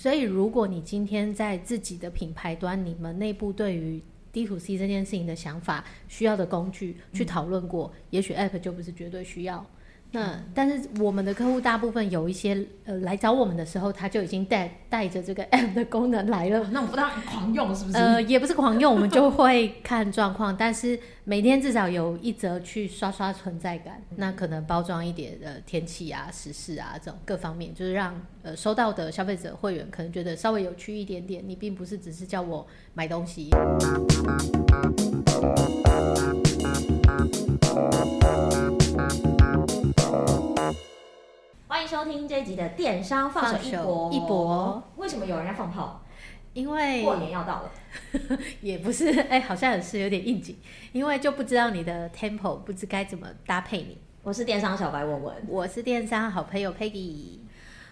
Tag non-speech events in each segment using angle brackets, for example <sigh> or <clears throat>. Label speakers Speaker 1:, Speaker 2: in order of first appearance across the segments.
Speaker 1: 所以如果你今天在自己的品牌端，你们内部对于 D to C 这件事情的想法、需要的工具去讨论过，也许 App 就不是绝对需要。那但是我们的客户大部分有一些呃来找我们的时候，他就已经带带着这个 App 的功能来了。
Speaker 2: 哦那我们不当然狂用是不是？
Speaker 1: 呃，也不是狂用，我们就会看状况，但是每天至少有一则去刷刷存在感。
Speaker 3: 嗯
Speaker 1: 那可能包装一点的天气啊、时事啊这种各方面，就是让呃收到的消费者会员可能觉得稍微有趣一点点。你并不是只是叫我买东西。
Speaker 3: 欢迎收听这一集的电商放手一搏
Speaker 1: 放手一搏。哎
Speaker 3: 为什么有人在放炮？
Speaker 1: 因为
Speaker 3: 过年要到了，
Speaker 1: 也不是， <laughs> 哎、好像也是有点应景，因为就不知道你的 tempo，不知该怎么搭配你。
Speaker 3: 我是电商小白文文。
Speaker 1: 我是电商好朋友 Peggy，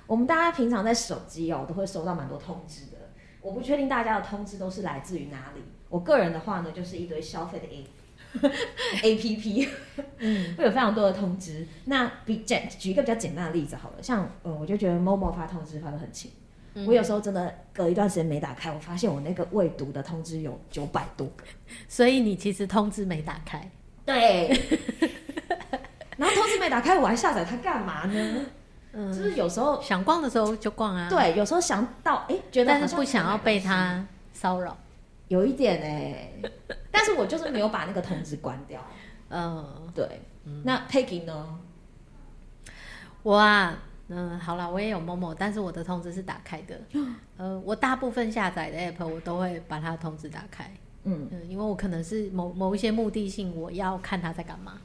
Speaker 3: 我们大家平常在手机哦，都会收到蛮多通知的。我不确定大家的通知都是来自于哪里。我个人的话呢，就是一堆消费的 A A P <laughs> P，嗯， <laughs> 会有非常多的通知。那比简举一个比较简单的例子好了，像呃，我就觉得 Momo 发通知发的很勤。我有时候真的隔一段时间没打开，我发现我那个未读的通知有九百多个。
Speaker 1: 所以你其实通知没打开。
Speaker 3: 对， <laughs> 然后通知没打开，我还下载它干嘛呢？就
Speaker 1: 嗯，
Speaker 3: 是有时候
Speaker 1: 想逛的时候就逛啊。，
Speaker 3: 对，有时候想到哎，觉得
Speaker 1: 但
Speaker 3: 好
Speaker 1: 是
Speaker 3: 像
Speaker 1: 不想要被
Speaker 3: 可以买东
Speaker 1: 他
Speaker 3: 西
Speaker 1: 骚扰。
Speaker 3: 有一点哎、但是我就是没有把那个通知关掉。
Speaker 1: 嗯，
Speaker 3: 对，那 Peggy 呢？
Speaker 1: 我啊，嗯，好啦，我也有某某，但是我的通知是打开的。
Speaker 3: 嗯
Speaker 1: 呃，我大部分下载的 app 我都会把它的通知打开。
Speaker 3: 嗯，
Speaker 1: 嗯，因为我可能是某某一些目的性，我要看他在干嘛，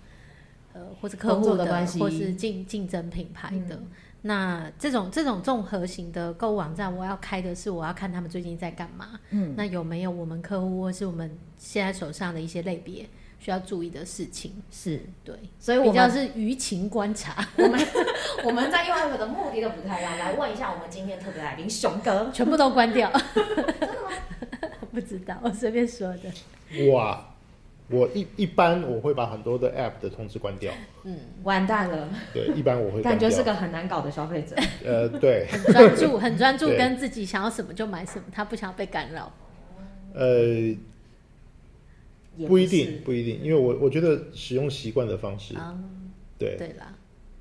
Speaker 1: 呃，或是客
Speaker 3: 工
Speaker 1: 户
Speaker 3: 作的关系
Speaker 1: 或是竞竞争品牌的。
Speaker 3: 嗯
Speaker 1: 那这种这种综合型的购物网站，我要开的是我要看他们最近在干嘛，
Speaker 3: 嗯，
Speaker 1: 那有没有我们客户或是我们现在手上的一些类别需要注意的事情？
Speaker 3: 是，
Speaker 1: 对，
Speaker 3: 所以
Speaker 1: 比
Speaker 3: 我
Speaker 1: 较
Speaker 3: 们
Speaker 1: 是舆情观察， <laughs>
Speaker 3: 我们我们在用 app 的目的都不太一样。来问一下我们今天特别来宾熊哥，
Speaker 1: 全部都关掉。 <laughs> 不知道，我随便说的。
Speaker 4: 哇，我一一般我会把很多的 app 的通知关
Speaker 3: <laughs>
Speaker 4: 掉，
Speaker 3: 完蛋了，
Speaker 4: 对，一般我会
Speaker 3: 感
Speaker 4: 关
Speaker 3: 觉
Speaker 4: 掉。
Speaker 3: 是个很难搞的消费
Speaker 4: <laughs>
Speaker 3: 者。
Speaker 4: 呃，对，
Speaker 1: 很专 <laughs> 注，很专注，
Speaker 4: 对
Speaker 1: 跟自己想要什么就买什么，他不想要被干扰。 <laughs>
Speaker 4: 呃，
Speaker 3: 也
Speaker 4: 不一
Speaker 3: 是
Speaker 4: 定，，不一定，因为我我觉得使用习惯的方式，
Speaker 1: 啊，
Speaker 4: 对，
Speaker 1: 对啦，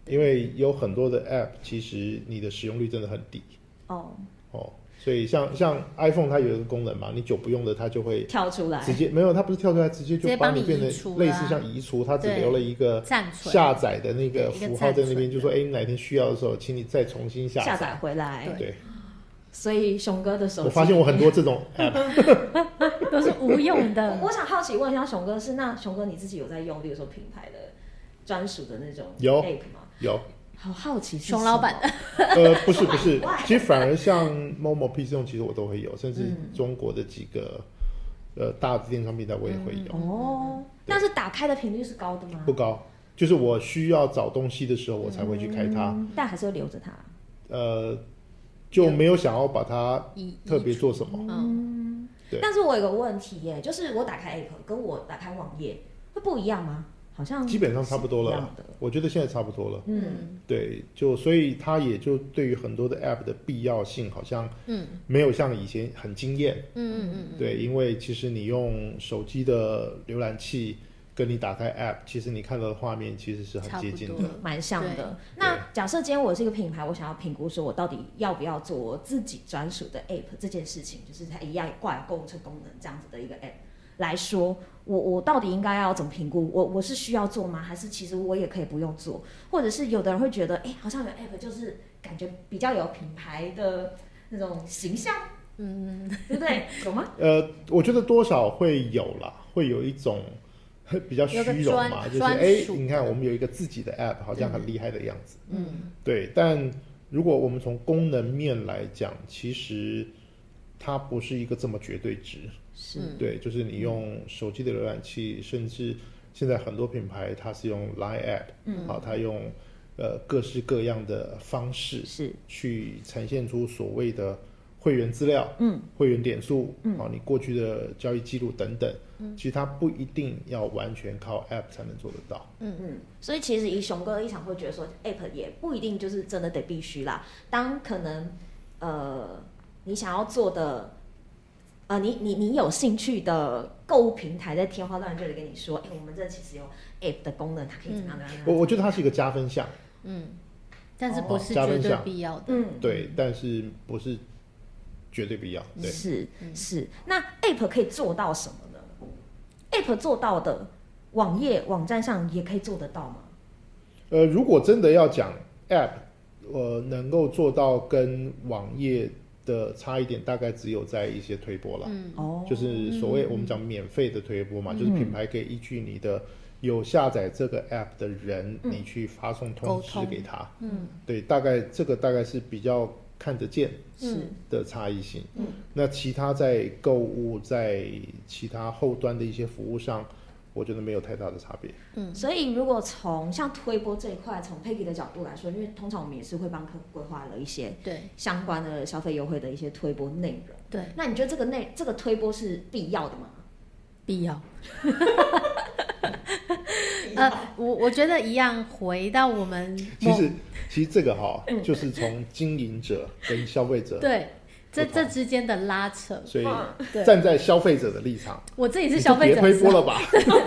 Speaker 4: 因为有很多的 app，其实你的使用率真的很低
Speaker 3: 哦，
Speaker 4: 哦，所以像像 iPhone 它有一个功能嘛，你久不用的它就会
Speaker 3: 跳出来
Speaker 4: 直接没有，它不是跳出来，直接
Speaker 1: 直接
Speaker 4: 就
Speaker 1: 帮
Speaker 4: 帮你
Speaker 1: 你
Speaker 4: 变
Speaker 1: 移
Speaker 4: 成
Speaker 1: 除
Speaker 4: 类
Speaker 1: 啦
Speaker 4: 似像移除，它只
Speaker 1: 对
Speaker 4: 留了一个
Speaker 1: 暂存。
Speaker 4: 下载的那个
Speaker 1: 对一个
Speaker 4: 符号在那
Speaker 1: 暂存
Speaker 4: 边，就说哎，你哪天需要的时候，请你再重新下
Speaker 3: 下
Speaker 4: 载。
Speaker 3: 载回来。
Speaker 1: 对
Speaker 4: 对，
Speaker 3: 所以熊哥的手机，
Speaker 4: 我发现我很多
Speaker 3: <laughs>
Speaker 4: 这种哎 app，
Speaker 1: 都是无用
Speaker 3: 我
Speaker 1: 的。
Speaker 3: 我想好奇问一下熊哥是，那熊哥你自己有在用，例如说品牌的专属的那种
Speaker 4: 有
Speaker 3: app 吗？
Speaker 4: 有，
Speaker 3: 好好奇是
Speaker 1: <laughs> 熊老 <laughs> 板
Speaker 3: 什么，
Speaker 4: 呃，不是不是
Speaker 3: Why？，
Speaker 4: 其实反而像 Momo、P 这种，其实我都会有，甚至中国的几个呃大的电商平台我也会有，
Speaker 3: 哦，但是打开的频率是高的吗
Speaker 4: 不？高，就是我需要找东西的时候，我才会去开它，
Speaker 3: 嗯但还是会留着它。
Speaker 4: 呃，就没有想要把它
Speaker 1: 移
Speaker 4: 特别做什么，
Speaker 1: 嗯，
Speaker 4: 对
Speaker 3: 但是我有个问题耶，就是我打开 app 跟我打开网页会不一样吗？好像
Speaker 4: 基本上差不
Speaker 3: 是
Speaker 4: 多
Speaker 3: 一
Speaker 4: 了
Speaker 3: 样的。
Speaker 4: 我觉得现在差不多了，
Speaker 3: 嗯，
Speaker 4: 对，就所以它也就对于很多的 app 的必要性，好像
Speaker 1: 嗯
Speaker 4: 没有像以前很惊艳。
Speaker 1: 嗯嗯嗯
Speaker 4: 对，因为其实你用手机的浏览器跟你打开 App，其实你看到的画面其实是
Speaker 1: 差
Speaker 4: 很
Speaker 1: 不
Speaker 4: 接近
Speaker 1: 多
Speaker 4: 的。
Speaker 1: 了
Speaker 3: 嗯蛮像
Speaker 1: 嗯对
Speaker 3: 的。那假设今天我是一个品牌，我想要评估说我到底要不要做我自己专属的 app 这件事情，就是它一样挂有购物车功能这样子的一个 app 来说，我我到底应该要怎么评估？我我是需要做吗？还是其实我也可以不用做？或者是有的人会觉得，哎、好像有 app 就是感觉比较有品牌的那种形象，
Speaker 1: 嗯，
Speaker 3: 对不对？有吗？
Speaker 4: 呃，我觉得多少会有啦，会有一种比较虚荣嘛，
Speaker 1: 有个专
Speaker 4: 就是
Speaker 1: 专
Speaker 4: 哎，
Speaker 1: 属
Speaker 4: 你看我们有一个自己的 App，好像很厉害的样子。
Speaker 1: 嗯
Speaker 4: 对，但如果我们从功能面来讲，其实它不是一个这么绝对值。
Speaker 3: 是
Speaker 1: 嗯
Speaker 4: 对，就是你用手机的浏览器，甚至现在很多品牌它是用 Line App，嗯，好、它用呃各式各样的方式
Speaker 3: 是，
Speaker 4: 去呈现出所谓的会员资料、
Speaker 3: 嗯，
Speaker 4: 会员点数，嗯，好、你过去的交易记录等等，嗯，其实它不一定要完全靠 App 才能做得到。
Speaker 3: 嗯，所以其实以熊哥的立场会觉得说，App 也不一定就是真的得必须啦。当可能呃你想要做的，呃，你你你有兴趣的购物平台在天花乱坠的跟你说，哎、我们这其实有 app 的功能，它可以怎么样怎么样。
Speaker 4: 我我觉得它是一个加分项，
Speaker 1: 嗯，但是不
Speaker 4: 哦
Speaker 1: 是
Speaker 4: 加
Speaker 1: 绝
Speaker 4: 分
Speaker 1: 对
Speaker 4: 项
Speaker 1: 必要的。
Speaker 3: 嗯，
Speaker 4: 对，但是不是绝对必要，对。
Speaker 3: 是
Speaker 1: 嗯
Speaker 3: 是。那 app 可以做到什么呢？app 做到的，网页网站上也可以做得到吗？
Speaker 4: 呃，如果真的要讲 App，呃，能够做到跟网页的差一点，大概只有在一些推播了，
Speaker 1: 嗯，
Speaker 3: 哦
Speaker 4: 就是所谓我们讲免费的推播嘛，就是品牌可以依据你的有下载这个 App 的人，
Speaker 3: 嗯
Speaker 4: 你去发送
Speaker 1: 沟
Speaker 4: 通知
Speaker 1: 通
Speaker 4: 给他。
Speaker 1: 嗯
Speaker 4: 对，大概这个大概是比较看得见
Speaker 3: 是
Speaker 1: 嗯
Speaker 4: 的差异性。
Speaker 3: 嗯，
Speaker 4: 那其他在购物在其他后端的一些服务上，我觉得没有太大的差别。
Speaker 1: 嗯
Speaker 3: 所以，如果从像推播这一块，从 Peggy 的角度来说，因为通常我们也是会帮客户规划了一些
Speaker 1: 对
Speaker 3: 相关的消费优惠的一些推播内容。
Speaker 1: 对，
Speaker 3: 那你觉得这个内这个推播是必要的吗？
Speaker 1: 必要。呃，我我觉得一样，回到我们
Speaker 4: 其
Speaker 1: 某
Speaker 4: 实，其实这个哈、就是从经营者跟消费者，
Speaker 1: 嗯对这
Speaker 4: 不同
Speaker 1: 这之间的拉扯。
Speaker 4: 所以
Speaker 1: 对
Speaker 4: 站在消费者的立场，
Speaker 1: 我自己
Speaker 4: 你
Speaker 1: 是
Speaker 4: 就
Speaker 1: 消费者
Speaker 4: 别
Speaker 1: 的
Speaker 4: 推
Speaker 1: 时候
Speaker 4: 波了吧？ <laughs>
Speaker 1: 啊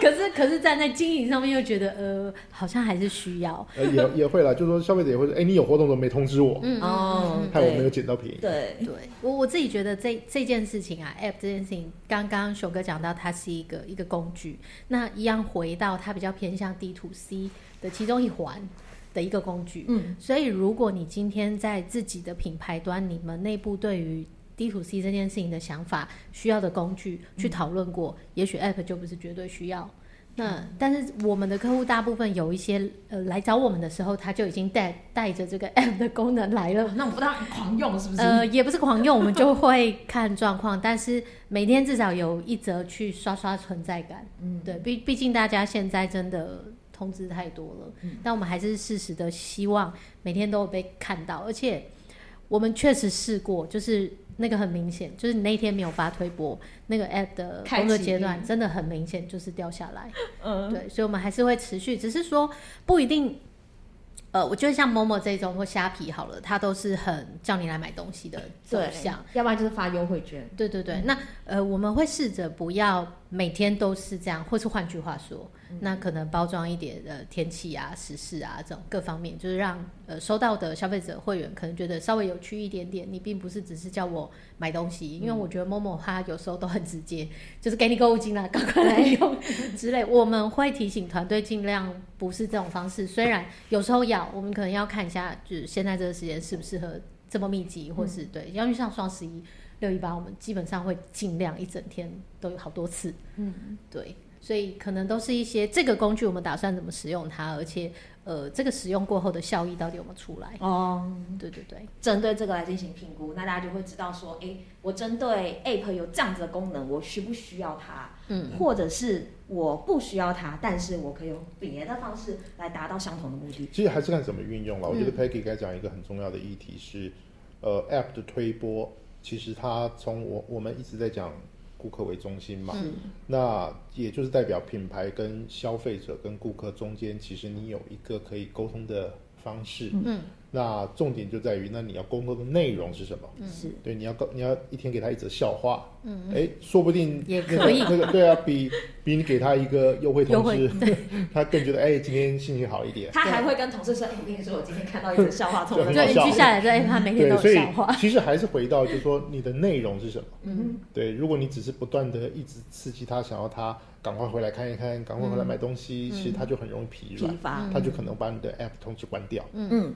Speaker 1: 可是可是站在经营上面又觉得呃，好像还是需要。
Speaker 4: 呃也也会啦，就是说消费者也会说，哎，你有活动都没通知我，
Speaker 1: 嗯，
Speaker 3: 哦
Speaker 1: 嗯
Speaker 4: 害我
Speaker 3: 对
Speaker 4: 没有捡到便宜。
Speaker 3: 对，
Speaker 1: 对我我自己觉得这这件事情啊，App 这件事情，刚刚熊哥讲到，它是一个一个工具，那一样回到它比较偏向 D to C 的其中一环的一个工具。
Speaker 3: 嗯，
Speaker 1: 所以如果你今天在自己的品牌端，你们内部对于 D to C 这件事情的想法、需要的工具
Speaker 3: 嗯
Speaker 1: 去讨论过，也许 App 就不是绝对需要。那但是我们的客户大部分有一些呃来找我们的时候，他就已经带带着这个 <laughs> App 的功能来了。
Speaker 3: 那我们不当然狂用是不是？
Speaker 1: 呃，也不是狂用，我们就会看状况，但是每天至少有一则去刷刷存在感。
Speaker 3: 嗯，
Speaker 1: 对，毕毕竟大家现在真的通知太多了，
Speaker 3: 嗯
Speaker 1: 但我们还是适时的希望每天都有被看到，而且我们确实试过，就是那个很明显，就是你那一天没有发推播，那个 app 的
Speaker 3: 开
Speaker 1: 工作
Speaker 3: 启
Speaker 1: 阶段
Speaker 3: 嗯
Speaker 1: 真的很明显就是掉下来。
Speaker 3: 嗯，
Speaker 1: 对，所以我们还是会持续，只是说不一定。呃，我觉得像某某这种或虾皮好了，它都是很叫你来买东西的走
Speaker 3: 对
Speaker 1: 向。，
Speaker 3: 要不然就是发优惠券。
Speaker 1: 对对对，那呃，我们会试着不要每天都是这样，或是换句话说，嗯那可能包装一点呃天气啊、时事啊这种各方面，就是让呃收到的消费者会员可能觉得稍微有趣一点点。你并不是只是叫我买东西，因为我觉得某某它有时候都很直接，就是给你购物金啦，赶快来用之类。我们会提醒团队尽量不是这种方式，虽然有时候要，我们可能要看一下，就是现在这个时间适不适合这么密集，或是对，要去上双十一。六一八，我们基本上会尽量一整天都有好多次，
Speaker 3: 嗯，
Speaker 1: 对，所以可能都是一些这个工具我们打算怎么使用它，而且呃，这个使用过后的效益到底有没有出来？
Speaker 3: 哦，
Speaker 1: 对对对，
Speaker 3: 针对这个来进行评估，那大家就会知道说，哎，我针对 app 有这样子的功能，我需不需要它？
Speaker 1: 嗯，
Speaker 3: 或者是我不需要它，但是我可以用别的方式来达到相同的目的。
Speaker 4: 其实还是看怎么运用了。我觉得
Speaker 1: 嗯
Speaker 4: Peggy 该讲一个很重要的议题是，呃，App 的推播，其实它从我我们一直在讲顾客为中心嘛，
Speaker 1: 嗯
Speaker 4: 那也就是代表品牌跟消费者跟顾客中间，其实你有一个可以沟通的方式。
Speaker 1: 嗯，
Speaker 4: 那重点就在于，那你要沟通的内容是什么？
Speaker 3: 是，
Speaker 4: 对，你要告你要一天给他一则笑话，嗯，哎，说不定
Speaker 1: 也
Speaker 4: 那个
Speaker 1: 可以
Speaker 4: 那个对啊，比比你给他一个优惠
Speaker 1: 优
Speaker 4: 通
Speaker 1: 惠
Speaker 4: <laughs> 知，他更觉得哎，今天心情好一点。
Speaker 3: 他还会跟同事说，哎，我跟你说，我今天看 <laughs> 到一则笑话，从我的
Speaker 4: 很
Speaker 1: 就
Speaker 4: 好
Speaker 1: 一
Speaker 4: 笑
Speaker 1: 句下来，这 app 它每天
Speaker 4: 对
Speaker 1: 都，
Speaker 4: 所
Speaker 1: 有
Speaker 4: 以
Speaker 1: 笑话，
Speaker 4: 其实还是回到，就是说你的内容是什么？
Speaker 3: 嗯，
Speaker 4: 对，如果你只是不断的一直刺激他，想要他赶快回来看一看，赶快回来买东
Speaker 1: 嗯
Speaker 4: 西，其实他就很容易疲
Speaker 3: 疲
Speaker 4: 软，
Speaker 3: 乏，
Speaker 4: 他就可能把你的 app 通知关掉。
Speaker 3: 嗯，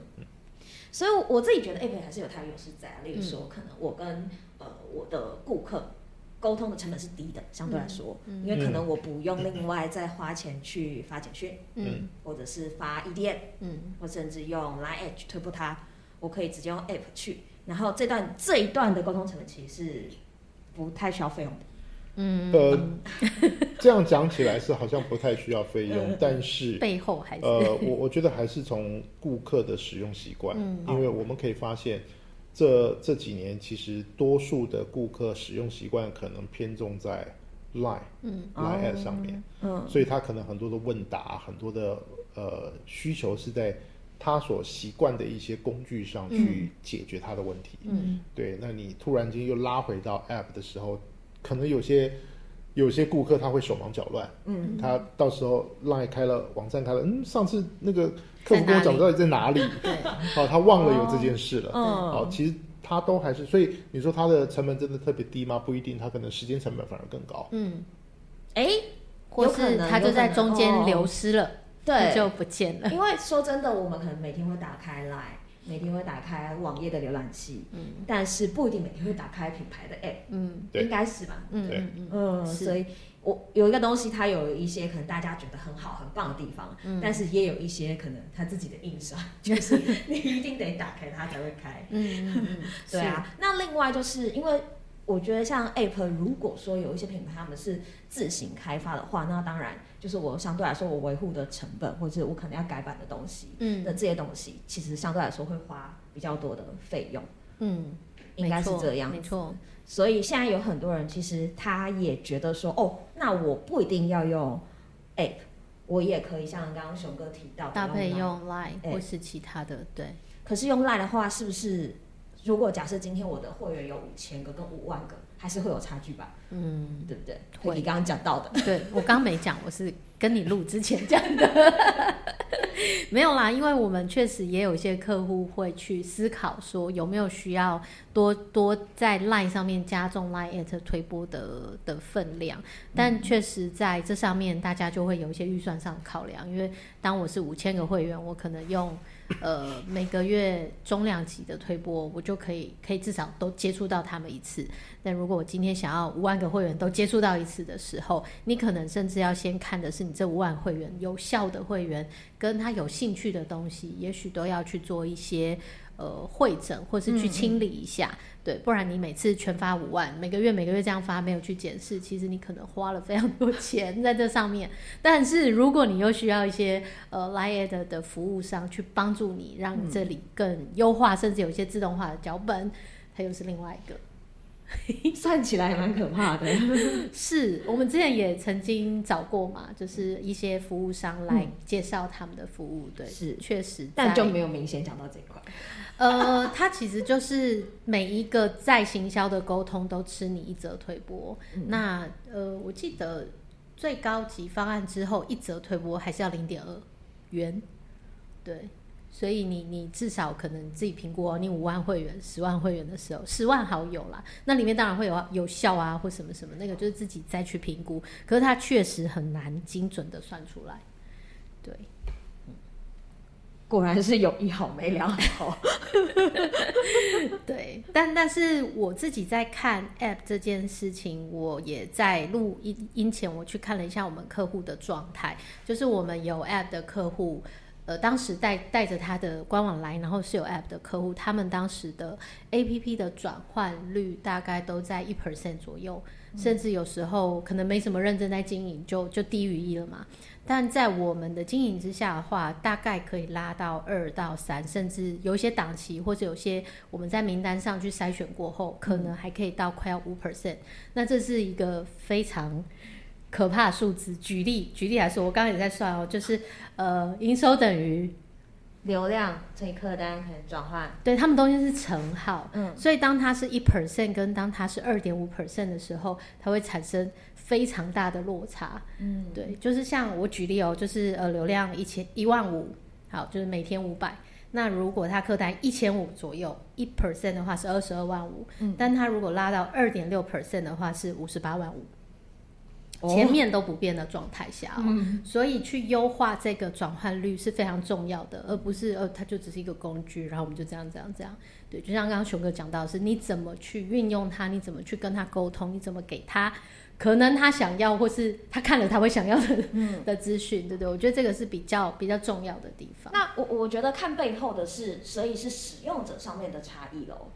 Speaker 3: 所以我自己觉得 app 还是有它的优势在，例如说，可能我跟呃我的顾客沟通的成本是低的，相对来说，
Speaker 1: 嗯
Speaker 3: 因为可能我不用另外再花钱去发简讯，
Speaker 1: 嗯
Speaker 3: 或者是发 EDM，
Speaker 1: 嗯
Speaker 3: 或甚至用 Line Edge 推播它，我可以直接用 app 去，然后这段这一段的沟通成本其实是不太需要费用的，
Speaker 1: 嗯，
Speaker 4: 呃，这样讲起来是好像不太需要费
Speaker 1: 嗯
Speaker 4: 用，但是
Speaker 1: 背后还是
Speaker 4: 呃，我我觉得还是从顾客的使用习惯，
Speaker 1: 嗯
Speaker 4: 因为我们可以发现，这这几年其实多数的顾客使用习惯可能偏重在 Line、
Speaker 1: 嗯
Speaker 4: Line App 上面，
Speaker 3: 嗯
Speaker 4: 所以他可能很多的问答，很多的呃需求是在他所习惯的一些工具上去解决他的问题。
Speaker 3: 嗯，
Speaker 4: 对，那你突然间又拉回到 App 的时候，可能有些有些顾客他会手忙脚乱，
Speaker 3: 嗯，
Speaker 4: 他到时候 Line 开了，网站开了，嗯，上次那个客
Speaker 1: 在哪
Speaker 4: 服跟我
Speaker 1: 里
Speaker 4: 讲到底在哪里，
Speaker 1: 对，
Speaker 4: 哦，他忘了有这件事了。
Speaker 3: 嗯
Speaker 4: 哦，其实他都还是，所以你说他的成本真的特别低吗？不一定，他可能时间成本反而更高。
Speaker 1: 嗯，
Speaker 3: 哎、
Speaker 1: 或
Speaker 3: 有可
Speaker 1: 是
Speaker 3: 能
Speaker 1: 它就
Speaker 3: 有可
Speaker 1: 在
Speaker 3: 能
Speaker 1: 中间
Speaker 3: 哦
Speaker 1: 流失了，它
Speaker 3: 对，
Speaker 1: 就不见了。
Speaker 3: 因为说真的，我们可能每天会打开 Line，每天会打开网页的浏览器，
Speaker 1: 嗯
Speaker 3: 但是不一定每天会打开品牌的 App，
Speaker 1: 嗯
Speaker 4: 对
Speaker 3: 应该是吧？
Speaker 1: 嗯
Speaker 4: 对
Speaker 1: 嗯嗯，
Speaker 3: 嗯，
Speaker 1: 是
Speaker 3: 所以我有一个东西，它有一些可能大家觉得很好、很棒的地方，
Speaker 1: 嗯
Speaker 3: 但是也有一些可能它自己的硬伤，就是你一定得打开它才会开。
Speaker 1: 嗯嗯嗯，
Speaker 3: 对啊，那另外就是因为我觉得像 App，如果说有一些品牌他们是自行开发的话，那当然就是我相对来说我维护的成本，或者是我可能要改版的东西
Speaker 1: 是，嗯
Speaker 3: 那这些东西其实相对来说会花比较多的费用，
Speaker 1: 嗯，
Speaker 3: 应该是
Speaker 1: 没错
Speaker 3: 这样
Speaker 1: 没。错，
Speaker 3: 所以现在有很多人其实他也觉得说，哦，那我不一定要用 App，我也可以像刚刚熊哥提到的
Speaker 1: 搭配
Speaker 3: Line
Speaker 1: 用 Line
Speaker 3: 哎
Speaker 1: 或是其他的，对，
Speaker 3: 可是用 Line 的话，是不是如果假设今天我的会员有五千个跟五万个，还是会有差距吧？
Speaker 1: 嗯，
Speaker 3: 对不对？
Speaker 1: 会
Speaker 3: 你刚刚讲到的， <laughs>
Speaker 1: 对我刚没讲，我是跟你录之前讲的， <laughs> 没有啦，因为我们确实也有一些客户会去思考说有没有需要多多在 Line 上面加重 Line at 推播的的分量，但确实在这上面大家就会有一些预算上的考量，因为当我是五千个会员，我可能用呃每个月中量级的推播，我就可以可以至少都接触到他们一次。那如果我今天想要五万个会员都接触到一次的时候，你可能甚至要先看的是你这五万会员有效的会员跟他有兴趣的东西，也许都要去做一些呃会诊，或是去清理一下。对，不然你每次全发五万，每个月每个月这样发，没有去检视，其实你可能花了非常多钱在这上面。但是如果你又需要一些呃 Line 的的服务商去帮助你，让你这里更优化，甚至有一些自动化的脚本，它又是另外一个。
Speaker 3: 算起来也蛮可怕的。
Speaker 1: 是我们之前也曾经找过嘛，就是一些服务商来介绍他们的服务，对，
Speaker 3: 是
Speaker 1: 确实在，
Speaker 3: <laughs> 但就没有明显讲到这一块。
Speaker 1: 呃，它其实就是每一个在行销的沟通都吃你一折推播，那呃，我记得最高级方案之后一折推播还是要零点二元，对。所以你你至少可能自己评估哦，你五万会员、十万会员的时候，十万好友啦，那里面当然会有有效啊或什么什么，那个就是自己再去评估。可是它确实很难精准的算出来，对。
Speaker 3: 果然是有一好没两好。
Speaker 1: 对，但但是我自己在看 App 这件事情，我也在录音音前，我去看了一下我们客户的状态，就是我们有 App 的客户，呃，当时带带着他的官网来，然后是有 App 的客户，他们当时的 APP 的转换率大概都在一 percent 左右，甚至有时候可能没什么认真在经营，就就低于一了嘛。但在我们的经营之下的话，大概可以拉到二到三，甚至有一些档期或者有些我们在名单上去筛选过后，可能还可以到快要五 percent。那这是一个非常可怕的数字。举例举例来说，我刚刚也在算哦，就是呃，营收等于
Speaker 3: <laughs> 流量乘以客单可能转换，
Speaker 1: 对他们东西是乘号，
Speaker 3: 嗯，
Speaker 1: 所以当它是一 percent 跟当它是二点五 percent 的时候，它会产生非常大的落差。
Speaker 3: 嗯，
Speaker 1: 对，就是像我举例哦，就是呃流量一千一万五，好，就是每天五百。那如果它客单一千五左右，一 percent 的话是二十二万五、
Speaker 3: 嗯
Speaker 1: 但它如果拉到二点六 percent 的话是五十八万五、
Speaker 3: 哦
Speaker 1: 前面都不变的状态下、哦
Speaker 3: 嗯
Speaker 1: 所以去优化这个转换率是非常重要的，而不是呃它就只是一个工具，然后我们就这样这样这样。对，就像刚刚熊哥讲到的是，你怎么去运用它，你怎么去跟他沟通，你怎么给他可能他想要或是他看了他会想要的、
Speaker 3: 嗯
Speaker 1: <laughs> 的资讯，对不对？我觉得这个是比较比较重要的地方。
Speaker 3: 那我我觉得看背后的是，所以是使用者上面的差异喽。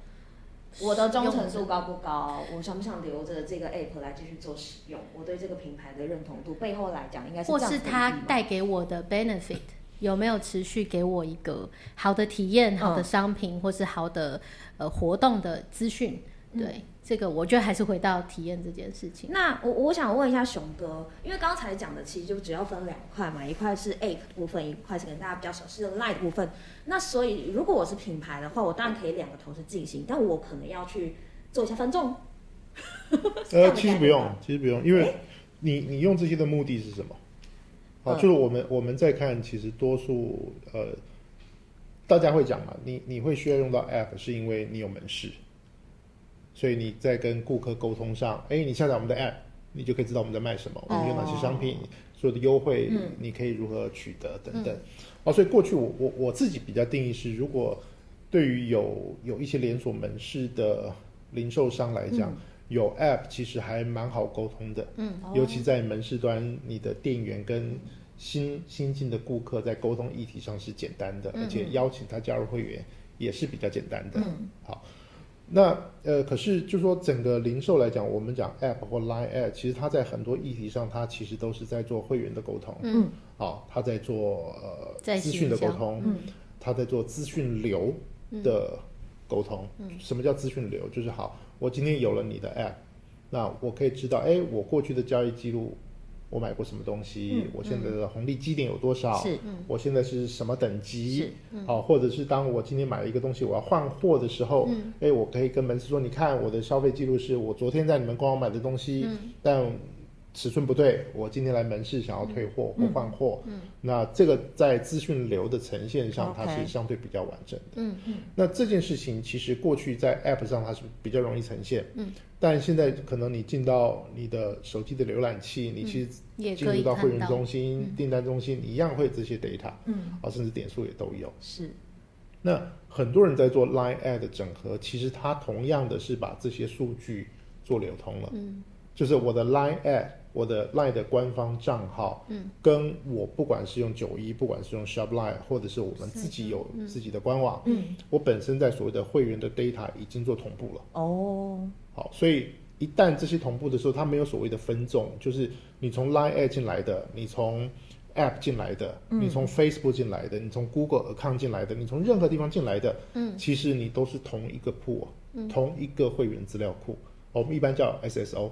Speaker 3: 我的忠诚度高不高？我想不想留着这个 app 来继续做使用？我对这个品牌的认同度，背后来讲应该是
Speaker 1: 或
Speaker 3: 这样
Speaker 1: 是
Speaker 3: 子的
Speaker 1: 他
Speaker 3: 意义吗
Speaker 1: 带给我的 benefit 有没有持续给我一个
Speaker 3: 嗯嗯
Speaker 1: 好的体验、好的商品、或是好的呃活动的资讯？对，这个我觉得还是回到体验这件事情。
Speaker 3: 那我我想问一下熊哥，因为刚才讲的其实就只要分两块嘛，一块是 A 部分，一块是可能大家比较熟悉的 Line 部分。那所以如果我是品牌的话，我当然可以两个同时进行，但我可能要去做一下分众。这样的
Speaker 4: 呃，其实
Speaker 3: 概
Speaker 4: 不
Speaker 3: 念
Speaker 4: 用
Speaker 3: 吗，
Speaker 4: 其实不用，因为你你用这些的目的是什么？哦好，
Speaker 3: 嗯
Speaker 4: 就是我们我们在看，其实多数呃，大家会讲嘛，你你会需要用到 app，是因为你有门市，所以你在跟顾客沟通上，哎，你下载我们的 app，你就可以知道我们在卖什么，我们有哪些商品，所有的优惠，你可以如何取得等等。哦，所以过去我我我自己比较定义是，如果对于有有一些连锁门市的零售商来讲，有 app 其实还蛮好沟通的，
Speaker 1: 嗯
Speaker 4: 尤其在门市端，你的店员跟新新进的顾客在沟通议题上是简单
Speaker 1: 嗯
Speaker 4: 的，而且邀请他加入会员也是比较简单的。
Speaker 1: 嗯
Speaker 4: 好，那呃，可是就说整个零售来讲，我们讲 app 或 line app，其实它在很多议题上，它其实都是在做会员的沟通，
Speaker 1: 嗯，
Speaker 4: 好，它在做
Speaker 1: 在
Speaker 4: 呃资讯的沟
Speaker 1: 行销
Speaker 4: 通，
Speaker 3: 嗯
Speaker 4: 他在做资讯流
Speaker 1: 嗯
Speaker 4: 的沟通。什么叫资讯流？就是好，我今天有了你的 app，那我可以知道，哎，我过去的交易记录，我买过什么东西，我现在的红利基点有多少，
Speaker 3: 是
Speaker 4: 我现在是什么等级
Speaker 3: 嗯是，嗯
Speaker 4: 好、或者是当我今天买了一个东西，我要换货的时候，
Speaker 3: 嗯
Speaker 4: 哎、我可以跟门市说，你看我的消费记录是我昨天在你们官网买的东西，
Speaker 3: 嗯
Speaker 4: 但尺寸不对，我今天来门市想要退货或换货，那这个在资讯流的呈现上，
Speaker 3: 嗯
Speaker 4: 它
Speaker 3: OK 嗯
Speaker 4: 是相对比较完整的，那这件事情其实过去在 App 上它是比较容易呈现，嗯，但现在可能你进到你的手机的浏览器，你其实
Speaker 1: 也
Speaker 4: 进
Speaker 1: 可以
Speaker 4: 入到会
Speaker 1: 看
Speaker 4: 员
Speaker 1: 到。嗯
Speaker 4: 中心、订单中心，你一样会有这些 data，
Speaker 3: 嗯，
Speaker 4: 啊，甚至点数也都有。
Speaker 3: 是
Speaker 4: 那很多人在做 Line Ad 的整合，其实它同样的是把这些数据做流通了。嗯，就是我的 Line Ad，我的 Line 的官方账号，嗯，跟我不管是用九一，不管是用 Shopline，或者是我们自己有自己的官网，
Speaker 3: 嗯，
Speaker 4: 我本身在所谓的会员的 data 已经做同步了。
Speaker 3: 哦，
Speaker 4: 好，所以一旦这些同步的时候，它没有所谓的分众，就是你从 Line App 进来的，你从 App 进来的，你从 Facebook 进来的，你从 Google Account 进来的，你从任何地方进来的，嗯，其实你都是同一个库，同一个会员资料库，哦我们一般叫 SSO。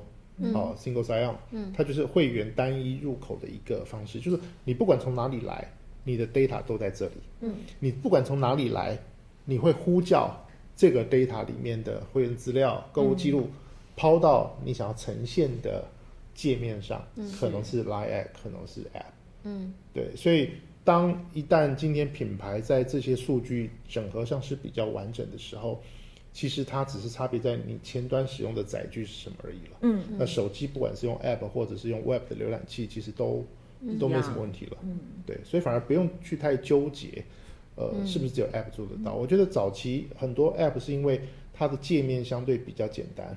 Speaker 4: 哦，single sign on，嗯，它就是会员单一入口的一个方式，就是你不管从哪里来，你的 data 都在这里，嗯，你不管从哪里来，你会呼叫这个 data 里面的会员资料、购物记录，抛到你想要呈现的界面上，可能是 Line App，可能是 App，嗯，对，所以当一旦今天品牌在这些数据整合上是比较完整的时候，其实它只是差别在你前端使用的载具是什么而已了。
Speaker 3: 嗯，
Speaker 4: 那手机不管是用 App 或者是用 Web 的浏览器，其实都都没什么问题了。
Speaker 3: 嗯，
Speaker 4: 对，所以反而不用去太纠结，呃，是不是只有 App 做得
Speaker 3: 嗯
Speaker 4: 到？我觉得早期很多 App 是因为它的界面相对比较简单，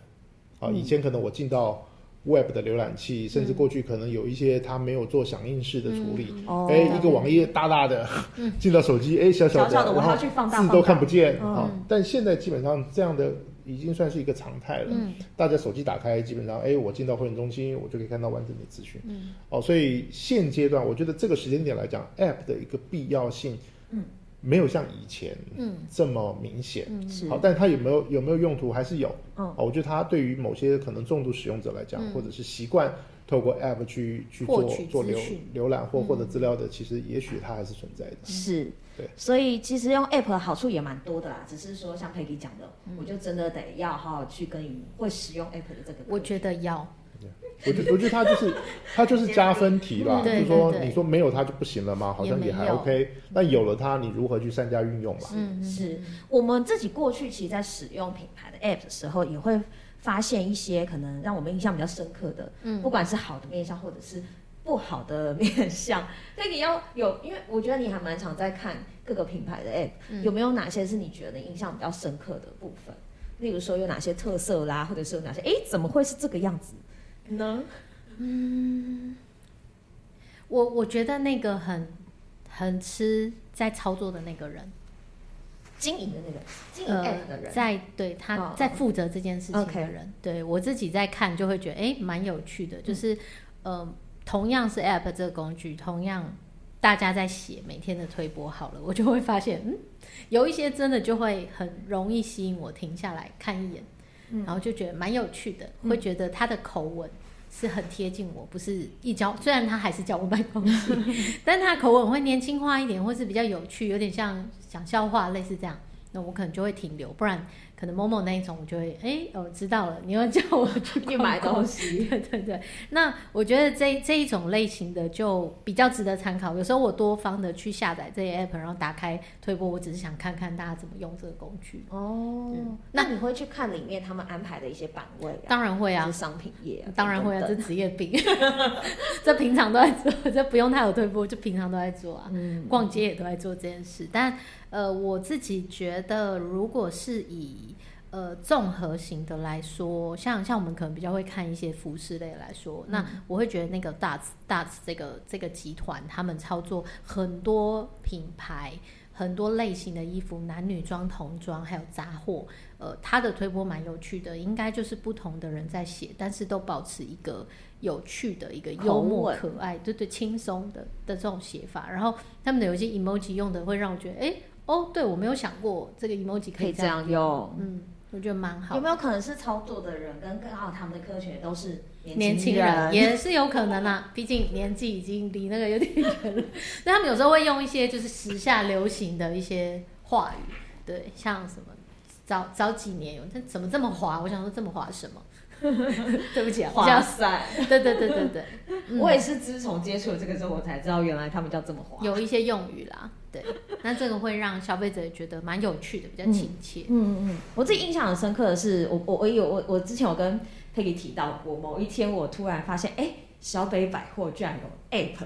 Speaker 4: 啊，
Speaker 3: 嗯
Speaker 4: 以前可能我进到 Web 的浏览器，甚至过去可能有一些它没有做响应式的处理，
Speaker 3: 哦嗯
Speaker 4: 哎、一个网页大大的， <laughs> 进到手机，哎，小
Speaker 3: 小
Speaker 4: 的，
Speaker 3: 小的我
Speaker 4: 然
Speaker 3: 还要
Speaker 4: 后
Speaker 3: 去放大
Speaker 4: 字
Speaker 3: 放
Speaker 4: 都
Speaker 3: 大
Speaker 4: 看不见
Speaker 3: 嗯
Speaker 4: 啊、但现在基本上这样的已经算是一个常态了。
Speaker 3: 嗯
Speaker 4: 大家手机打开，基本上，哎，我进到会员中心，我就可以看到完整的资讯。嗯，哦，所以现阶段我觉得这个时间点来讲，App 的一个必要性，
Speaker 3: 嗯，
Speaker 4: 没有像以前
Speaker 1: 嗯
Speaker 4: 这么明显。
Speaker 3: 嗯是
Speaker 4: 好，但它有没有有没有用途还是有。
Speaker 3: 嗯
Speaker 4: 哦，我觉得它对于某些可能重度使用者来讲，或者是习惯透过 App 去去
Speaker 1: 获
Speaker 4: 做
Speaker 1: 取
Speaker 4: 做
Speaker 1: 资
Speaker 4: 浏
Speaker 1: 讯
Speaker 4: 浏览或获得资料的，其实也许它还是存在的。
Speaker 3: 是，
Speaker 4: 对，
Speaker 3: 所以其实用 app 的好处也蛮多的啦，只是说像 Peggy 讲的，我就真的得要好好去跟你会使用 app 的这个客户，
Speaker 1: 我觉得要，
Speaker 4: 我觉我觉得
Speaker 1: <laughs>
Speaker 4: 它就是它就是加分题啦，
Speaker 1: 嗯对
Speaker 4: 就是说
Speaker 1: 对对
Speaker 4: 你说没有它就不行了吗？好像
Speaker 1: 也没
Speaker 4: 也还
Speaker 1: 有
Speaker 4: OK，那有了它，你如何去善加运用嘛？
Speaker 1: 嗯
Speaker 3: 是我们自己过去其实，在使用品牌的 App 的时候，也会发现一些可能让我们印象比较深刻的，嗯，不管是好的面相或者是不好的面 <laughs> 相。那你要有，因为我觉得你还蛮常在看各个品牌的 App，、有没有哪些是你觉得印象比较深刻的部分？例如说有哪些特色啦，或者是有哪些，哎，怎么会是这个样子呢？
Speaker 1: 我我觉得那个很很吃在操作的那个人，
Speaker 3: 经营的那个经营
Speaker 1: 呃
Speaker 3: App 的，人，
Speaker 1: 在对
Speaker 3: 哦
Speaker 1: 他
Speaker 3: 哦
Speaker 1: 在负责这件事情
Speaker 3: OK 嗯
Speaker 1: 的人，对我自己在看就会觉得哎蛮有趣的，就是呃同样是 App 这个工具，同样大家在写每天的推播好了，我就会发现嗯有一些真的就会很容易吸引我停下来看一眼，然后就觉得蛮有趣的，
Speaker 3: 嗯
Speaker 1: 会觉得他的口吻是很贴近我，不是一教，虽然他还是教我卖东
Speaker 3: <laughs>
Speaker 1: 西，但他的口吻会年轻化一点，或是比较有趣，有点像讲笑话类似这样。那我可能就会停留，不然可能某某那一种，我就会哎、哦知道了，你要叫我去
Speaker 3: <laughs> 去
Speaker 1: 逛
Speaker 3: 买
Speaker 1: 逛 <laughs>
Speaker 3: 东西，
Speaker 1: 对对对，那我觉得这这一种类型的就比较值得参考。有时候我多方的去下载这些 app，然后打开推播，我只是想看看大家怎么用这个工具。
Speaker 3: 哦
Speaker 1: 嗯，
Speaker 3: 那你会去看里面他们安排的一些版位啊？
Speaker 1: 当然会啊
Speaker 3: 或是，商品页啊，
Speaker 1: 当然会啊，
Speaker 3: 等
Speaker 1: 这
Speaker 3: 等
Speaker 1: 职业
Speaker 3: <laughs>
Speaker 1: 病，这平常都在做，这不用太有推播，就平常都在做啊。
Speaker 3: 嗯，
Speaker 1: 逛街也都在做这件事，但呃，我自己觉得，如果是以呃综合型的来说，像像我们可能比较会看一些服饰类来说，那我会觉得那个 Dots Dots 这个这个集团，他们操作很多品牌。很多类型的衣服，男女装、童装，还有杂货，呃，它的推波蛮有趣的，应该就是不同的人在写，但是都保持一个有趣的一个幽默
Speaker 3: 口吻
Speaker 1: 可爱，对对，轻松的的这种写法。然后他们的有一些 emoji 用的会让我觉得，哎，哦，对我没有想过这个 emoji
Speaker 3: 可以
Speaker 1: 这
Speaker 3: 这样用。
Speaker 1: 嗯，我觉得蛮好
Speaker 3: 有。没有可能是操作的人跟刚好他们的科学都是
Speaker 1: 年轻
Speaker 3: 轻
Speaker 1: 人也是有可能啦，毕竟年纪已经离那个有点远了。 <laughs> 那他们有时候会用一些就是时下流行的一些话语，对，像什么早早几年有，那怎么这么滑？我想说这么滑 <laughs> 什么？对不起啊，我
Speaker 3: 划
Speaker 1: 叫
Speaker 3: 算？
Speaker 1: 对对对对对，嗯
Speaker 3: <laughs> 我也是自从接触了这个之后，我才知道原来他们叫这么划。
Speaker 1: 有一些用语啦，对，那这个会让消费者觉得蛮有趣的，比较亲切。
Speaker 3: 嗯嗯，嗯，我自己印象很深刻的是，我我我有我我之前有跟 Peggy 提到过，某一天我突然发现，哎、小北百货居然有 App，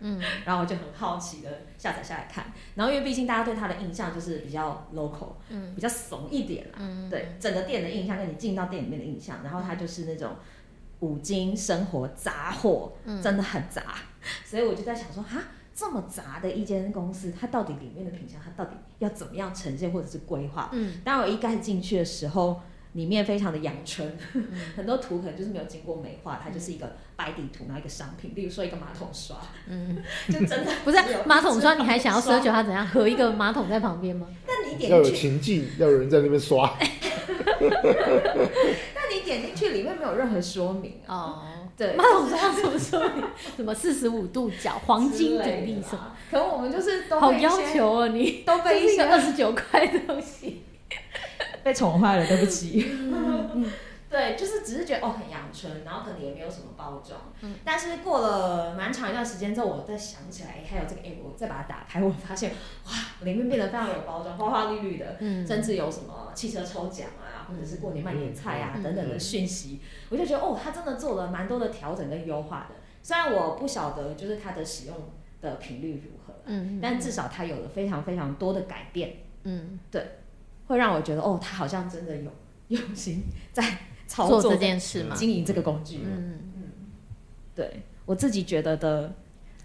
Speaker 1: 嗯，
Speaker 3: <laughs> 然后我就很好奇的下载下来看，然后因为毕竟大家对它的印象就是比较 local，
Speaker 1: 嗯
Speaker 3: 比较怂一点啦，
Speaker 1: 嗯
Speaker 3: 对，整个店的印象跟你进到店里面的印象，然后它就是那种五金生活杂货，
Speaker 1: 嗯
Speaker 3: 真的很杂，所以我就在想说，哈，这么杂的一间公司，它到底里面的品相，它到底要怎么样呈现或者是规划？
Speaker 1: 嗯
Speaker 3: 当我一开始进去的时候，里面非常的阳春，
Speaker 1: 嗯
Speaker 3: <laughs> 很多图可能就是没有经过美化，它就是一个白底图，然后一个商品，例如说一个马桶刷，
Speaker 1: 嗯，
Speaker 3: <laughs> 就真的
Speaker 1: 不是
Speaker 3: 只有一
Speaker 1: 马桶
Speaker 3: 只
Speaker 1: 刷，你还
Speaker 3: 马
Speaker 1: 想要
Speaker 3: 刷
Speaker 1: 奢求它 <laughs> 怎样？和一个马桶在旁边吗？
Speaker 3: 那你
Speaker 4: 要
Speaker 3: 点
Speaker 4: 有
Speaker 3: 进去，
Speaker 4: 情境，要有人在那边刷。 <laughs>
Speaker 3: 那你点进去里面没有任何说明啊。
Speaker 1: 哦，
Speaker 3: 对
Speaker 1: 马桶刷什么说明？什么四十五度角、黄金比例什么？
Speaker 3: 么？啊可能我们就是都
Speaker 1: 好
Speaker 3: 被一
Speaker 1: 要
Speaker 3: 些
Speaker 1: 求哦，你
Speaker 3: 都
Speaker 1: 这
Speaker 3: 被一
Speaker 1: 是一
Speaker 3: 些
Speaker 1: 个二十九块的东西。
Speaker 3: 被宠坏了，对不起。嗯对，就是只是觉得哦很阳春，然后可能也没有什么包装。
Speaker 1: 嗯
Speaker 3: 但是过了蛮长一段时间之后，我再想起来，哎，还有这个 app，我再把它打开，我发现哇，里面变得非常有包装，花花绿绿的，
Speaker 1: 嗯
Speaker 3: 甚至有什么汽车抽奖啊，或者是过年卖年菜啊、
Speaker 1: 嗯
Speaker 3: 等等的讯息，我就觉得哦，它真的做了蛮多的调整跟优化的。虽然我不晓得就是它的使用的频率如何，
Speaker 1: 嗯
Speaker 3: 但至少它有了非常非常多的改变。
Speaker 1: 嗯，
Speaker 3: 会让我觉得哦，他好像真的有用心在操
Speaker 1: 做
Speaker 3: 作
Speaker 1: 这、件事嘛，
Speaker 3: 经营这个工具。
Speaker 1: 嗯，
Speaker 3: 对我自己觉得的，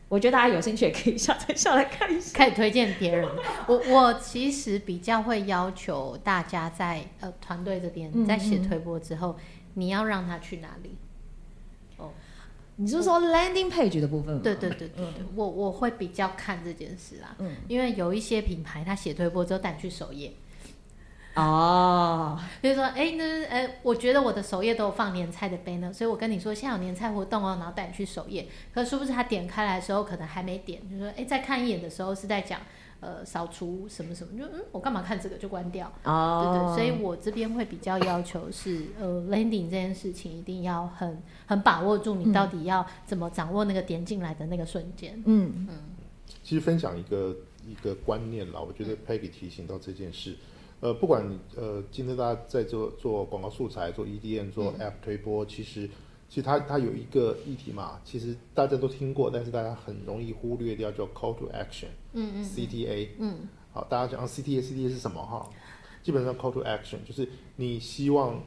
Speaker 3: 我觉得大家有兴趣也可以下载下来看一下。
Speaker 1: 开始推荐别人。我我其实比较会要求大家在呃团队这边
Speaker 3: 嗯
Speaker 1: 在写
Speaker 3: 嗯
Speaker 1: 推播之后，你要让他去哪里？
Speaker 3: 你是说 landing page 的部分吗？
Speaker 1: 对对对对对，我我会比较看这件事啦，
Speaker 3: 嗯，
Speaker 1: 因为有一些品牌他写推播之后带你去首页。
Speaker 3: 哦，
Speaker 1: 就是说，哎、那哎、我觉得我的首页都有放年菜的 banner，所以我跟你说现在有年菜活动哦，然后带你去首页。可是殊不知他点开来的时候，可能还没点，就说，哎、再看一眼的时候是在讲，呃，扫除什么什么，就嗯，我干嘛看这个就关掉，对
Speaker 3: 哦
Speaker 1: 对。所以我这边会比较要求是，呃，landing 这件事情一定要很很把握住，你到底要怎么掌握那个点进来的那个瞬间。
Speaker 3: 嗯
Speaker 4: 其实分享一个一个观念啦，我觉
Speaker 1: 嗯
Speaker 4: 得 Peggy 提醒到这件事，呃，不管呃，今天大家在做做广告素材、做 EDM、做
Speaker 1: 嗯
Speaker 4: App 推播，其实其实它它有一个议题嘛，其实大家都听过，但是大家很容易忽略掉，叫 Call to Action，CTA。
Speaker 1: 嗯嗯
Speaker 4: CTA
Speaker 1: 嗯
Speaker 4: 好，大家讲 CTA CTA 是什么哈？基本上 call to action 就是你希望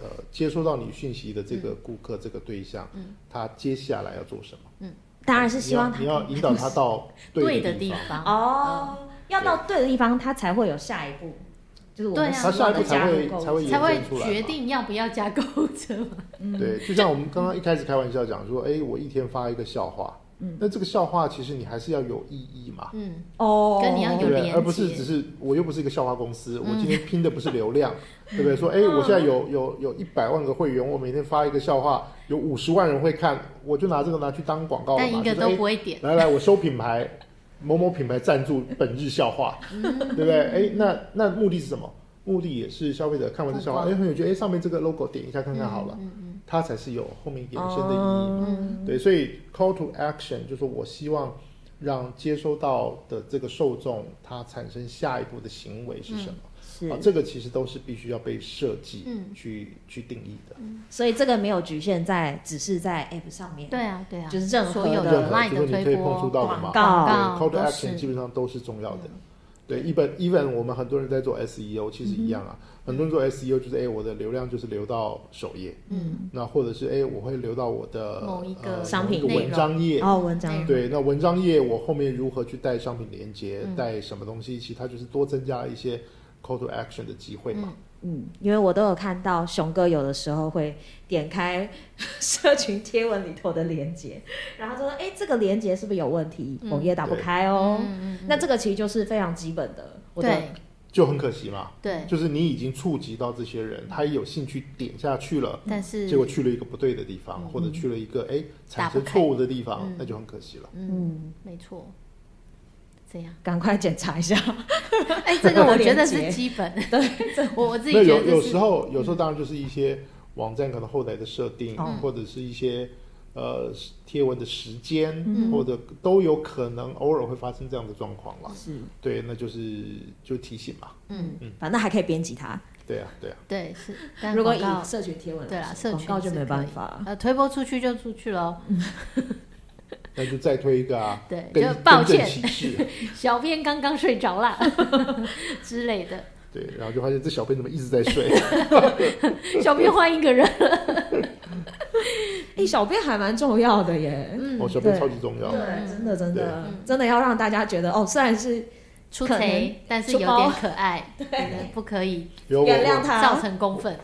Speaker 4: 呃接收到你讯息的这个顾客、这个对象，
Speaker 1: 嗯
Speaker 4: 他接下来要做什么？
Speaker 3: 当然是希望他
Speaker 4: 你要你要引导嗯他到
Speaker 1: 对
Speaker 4: 的
Speaker 1: 的地
Speaker 4: 方。
Speaker 1: 方。
Speaker 3: 哦，要到对的地方，他才会有下一步，就是我
Speaker 1: 对啊
Speaker 3: 们
Speaker 1: 他
Speaker 3: 希望
Speaker 4: 下一步
Speaker 3: 的
Speaker 4: 才
Speaker 3: 加
Speaker 4: 会
Speaker 3: 入购物
Speaker 4: 才会
Speaker 1: 才会
Speaker 4: 衍生出来嘛
Speaker 1: 决定要不要加购物车嘛。
Speaker 4: 对，就像我们刚刚一开始开玩笑讲说，哎，我一天发一个笑话，嗯，那这个笑话其实你还是要有意义嘛，
Speaker 1: 嗯，
Speaker 3: 哦
Speaker 1: 跟你要
Speaker 4: 对
Speaker 1: 有
Speaker 4: 不
Speaker 1: 连
Speaker 4: 对？
Speaker 1: 接嗯
Speaker 4: 而不是只是我又不是一个笑话公司，我今天拼的不是
Speaker 1: <laughs>
Speaker 4: 流量，对不对？说哎，我现在有有有一百万个会员，我每天发一个笑话，有五十万人会看，我就拿这个拿去当广告
Speaker 1: 嗯
Speaker 4: 了
Speaker 1: 但
Speaker 4: 嘛。
Speaker 1: 一个
Speaker 4: 就是
Speaker 1: 都
Speaker 4: 哎
Speaker 1: 不会点，
Speaker 4: 来来，我收品牌，某某品牌赞助本日笑话，
Speaker 1: 嗯
Speaker 4: <laughs> 对不对？哎，那那目的是什么？目的也是消费者看完这笑话，
Speaker 1: 曝光
Speaker 4: 哎，很有趣，哎，上面这个 logo 点一下看看好了，
Speaker 1: 嗯嗯
Speaker 4: 它才是有后面衍生的意义嘛。
Speaker 3: 嗯
Speaker 4: 对，所以 call to action 就是我希望让接收到的这个受众，他产生下一步的行为是什么？
Speaker 3: 是
Speaker 4: 啊，这个其实都是必须要被设计、
Speaker 1: 嗯
Speaker 4: 去去定义的。
Speaker 3: 所以这个没有局限在只是在 App 上面，
Speaker 1: 嗯，对啊对啊，
Speaker 3: 就是任何
Speaker 1: 所有
Speaker 3: 的
Speaker 4: 任
Speaker 1: 的
Speaker 4: 何
Speaker 1: line
Speaker 4: 就是
Speaker 1: 的
Speaker 4: 你可
Speaker 1: 推
Speaker 4: 以碰触
Speaker 1: 播、
Speaker 4: 到的嘛
Speaker 1: 广，
Speaker 3: 广
Speaker 1: 告
Speaker 4: 对，call to
Speaker 1: 都
Speaker 4: action 基
Speaker 1: 是，嗯
Speaker 4: 本上都是重要的。对，even even 我们很多人在做 SEO，其实一样
Speaker 1: 嗯
Speaker 4: 啊，很多人做 SEO 就是哎、我的流量就是流到首页，
Speaker 1: 嗯，
Speaker 4: 那或者是哎、我会流到我的
Speaker 1: 某一个
Speaker 4: 呃
Speaker 3: 商
Speaker 4: 某
Speaker 3: 品
Speaker 4: 一个
Speaker 1: 内
Speaker 4: 文
Speaker 1: 容嗯
Speaker 4: 章页，
Speaker 3: 哦，文章
Speaker 1: 内容
Speaker 4: 对，那文章页我后面如何去带商品连接，
Speaker 1: 嗯
Speaker 4: 带什么东西？其实它就是多增加了一些 call to action 的机会嘛。
Speaker 3: 嗯，因为我都有看到熊哥有的时候会点开社群贴文里头的连接，然后他说：“哎、这个连接是不是有问题？
Speaker 1: 嗯
Speaker 3: 网页打不开哦。
Speaker 1: 嗯嗯，
Speaker 3: 那这个其实就是非常基本的，我的
Speaker 1: 对
Speaker 4: 就很可惜嘛，
Speaker 1: 对，
Speaker 4: 就是你已经触及到这些人，他也有兴趣点下去了，
Speaker 1: 但是
Speaker 4: 结果去了一个不对的地方，或者去了一个哎产生错误的地方，
Speaker 1: 嗯
Speaker 4: 那就很可惜了。
Speaker 1: 嗯，
Speaker 3: 嗯，
Speaker 1: 没错，这样。
Speaker 3: 赶快检查一下。
Speaker 1: 哎，这个我觉得
Speaker 3: 连
Speaker 1: 是
Speaker 3: 接
Speaker 1: 基本，对，我我自己
Speaker 4: 那
Speaker 1: 觉得
Speaker 4: 有
Speaker 1: 这
Speaker 4: 有
Speaker 1: 是嗯
Speaker 4: 时候有时候当然就是一些网站可能后台的设定，
Speaker 3: 嗯
Speaker 4: 或者是一些呃贴文的时间，
Speaker 1: 嗯
Speaker 4: 或者都有可能偶尔会发生这样的状况了。
Speaker 3: <laughs> 是，
Speaker 4: 对，那就是就提醒嘛。
Speaker 1: 嗯，
Speaker 3: 反正还可以编辑它。
Speaker 4: 对啊，对啊，
Speaker 1: 对是，但
Speaker 3: 如果
Speaker 1: 广告
Speaker 3: 以社群贴文来
Speaker 1: 对啦，
Speaker 3: 说
Speaker 1: 社群
Speaker 3: 广告就是没
Speaker 1: 可
Speaker 3: 办
Speaker 1: 以
Speaker 3: 法。
Speaker 1: 呃，推播出去就出去喽。。
Speaker 4: 那就再推一个啊
Speaker 1: 对，
Speaker 4: 更
Speaker 1: 就抱
Speaker 4: 更正啊
Speaker 1: 歉，
Speaker 4: 启示，
Speaker 1: 小编刚刚睡着啦之类的。
Speaker 4: 对，然后就发现这小编怎么一直在
Speaker 1: <laughs>
Speaker 4: 睡，
Speaker 1: 小编换一个人，
Speaker 3: 哎、小编还蛮重要的耶。
Speaker 4: 哦，小编超级重要，
Speaker 1: 嗯
Speaker 3: 真的真的
Speaker 1: 嗯
Speaker 3: 真的要让大家觉得哦，虽然是
Speaker 1: 出
Speaker 3: 可能
Speaker 1: 贼，但是有
Speaker 3: 出包
Speaker 1: 点可爱，对不可以
Speaker 4: 有我
Speaker 3: 原谅
Speaker 4: 我
Speaker 3: 他
Speaker 1: 造成公愤。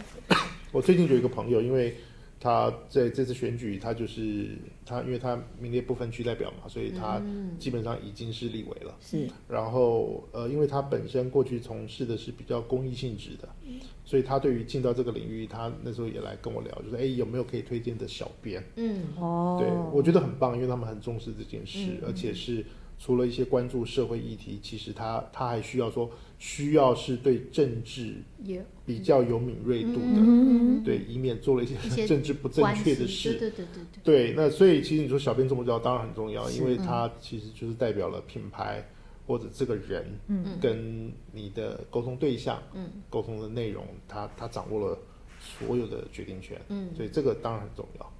Speaker 4: 我最近有一个朋友，因为他在这次选举，他就是他，因为他名列不分区代表嘛，所以他
Speaker 1: 嗯
Speaker 4: 基本上已经是立委了。
Speaker 3: 是
Speaker 4: 然后呃，因为他本身过去从事的是比较公益性质的，
Speaker 1: 嗯
Speaker 4: 所以他对于进到这个领域，他那时候也来跟我聊，就是哎有没有可以推荐的小编？
Speaker 1: 嗯
Speaker 3: 哦，
Speaker 4: 对，我觉得很棒，因为他们很重视这件事，
Speaker 1: 嗯
Speaker 4: 而且是除了一些关注社会议题，其实他他还需要说，需要是对政治
Speaker 1: 有
Speaker 4: 比较有敏锐度的，
Speaker 3: 嗯
Speaker 4: 对，以免做了一些
Speaker 1: 一些
Speaker 4: 政治不正
Speaker 1: 关
Speaker 4: 确
Speaker 1: 系，
Speaker 4: 的事。
Speaker 1: 对对对对对，
Speaker 4: 对，那所以其实你说小编重不重要，当然很重要，
Speaker 3: 是
Speaker 4: 因为
Speaker 1: 嗯
Speaker 4: 它其实就是代表了品牌或者这个人，
Speaker 1: 嗯
Speaker 4: 跟你的沟通对象、
Speaker 1: 嗯
Speaker 4: 沟通的内容，他他掌握了所有的决定权，
Speaker 1: 嗯，
Speaker 4: 所以这个当然很重要。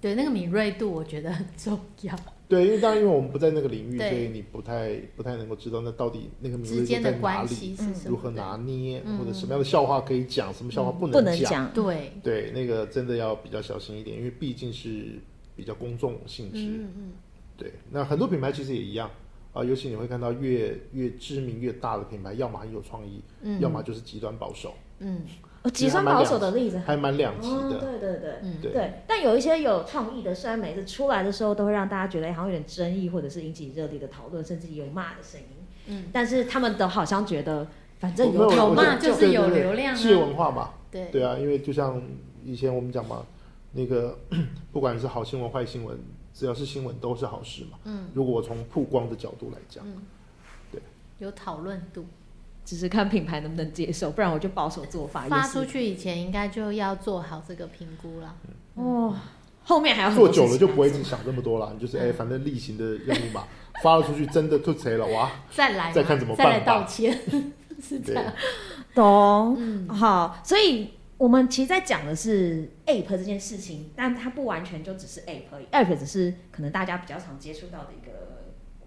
Speaker 1: 对那个敏锐度我觉得很重要，
Speaker 4: 对，因为当然，因为我们不在那个领域，所
Speaker 1: 对
Speaker 4: 以你不太不太能够知道那到底那个敏锐
Speaker 1: 之
Speaker 4: 度
Speaker 1: 间
Speaker 4: 在
Speaker 1: 的
Speaker 4: 哪
Speaker 1: 关
Speaker 4: 里，
Speaker 1: 系是什么？
Speaker 4: 如何拿？捏，
Speaker 1: 嗯
Speaker 4: 或者什么样的笑话可以讲，什么笑话不
Speaker 3: 不能
Speaker 4: 讲。
Speaker 3: 讲，
Speaker 1: 对，
Speaker 4: 对，那个真的要比较小心一点，因为毕竟是比较公众性质。
Speaker 1: 嗯嗯
Speaker 4: 对，那很多品牌其实也一样啊、尤其你会看到越越知名越大的品牌，要么很有创意，
Speaker 1: 嗯，
Speaker 4: 要么就是极端保守，
Speaker 1: 嗯
Speaker 3: 哦极端保守的例子
Speaker 4: 还蛮两极
Speaker 3: 哦，
Speaker 4: 的。
Speaker 3: 对对对。
Speaker 1: 嗯
Speaker 4: 对
Speaker 3: 对，但有一些有创意的，虽然每次出来的时候都会让大家觉得哎好像有点争议，或者是引起热烈的讨论，甚至有骂的声音，
Speaker 1: 嗯，
Speaker 3: 但是他们都好像觉得反
Speaker 4: 我
Speaker 3: 正
Speaker 4: 没
Speaker 3: 有
Speaker 1: 有
Speaker 3: 有
Speaker 4: 我
Speaker 1: 嘛
Speaker 4: 觉
Speaker 3: 骂
Speaker 4: 得
Speaker 1: 就是
Speaker 4: 对对
Speaker 1: 有
Speaker 4: 对
Speaker 1: 流量啊
Speaker 4: 企业文化嘛，
Speaker 1: 对，
Speaker 4: 对啊，因为就像以前我们讲嘛，那个 <clears throat> 不管是好新闻坏新闻，只要是新闻都是好事嘛。
Speaker 1: 嗯
Speaker 4: 如果我从曝光的角度来讲，
Speaker 1: 嗯，
Speaker 4: 对，
Speaker 1: 有讨论度。
Speaker 3: 只是看品牌能不能接受，不然我就保守做法。
Speaker 1: 发
Speaker 3: 也是
Speaker 1: 出去以前应该就要做好这个评估了。
Speaker 3: 哦，后面
Speaker 1: 嗯
Speaker 3: 还有很多
Speaker 4: 做久了
Speaker 3: 事
Speaker 4: 就
Speaker 3: 情
Speaker 4: 不会一直想这么多了，你就是哎，反正例行的任务嘛，发了出去真的吐谁了哇？
Speaker 1: 再来嘛，
Speaker 4: 再看怎么
Speaker 1: 再
Speaker 4: 办吧
Speaker 1: 来道
Speaker 4: <laughs>
Speaker 1: 歉， <laughs> 是这
Speaker 4: 对，
Speaker 1: 样。
Speaker 3: 懂。
Speaker 1: 嗯
Speaker 3: 好，所以我们其实在讲的是 app 这件事情，但它不完全就只是 app 而已，app 只是可能大家比较常接触到的一个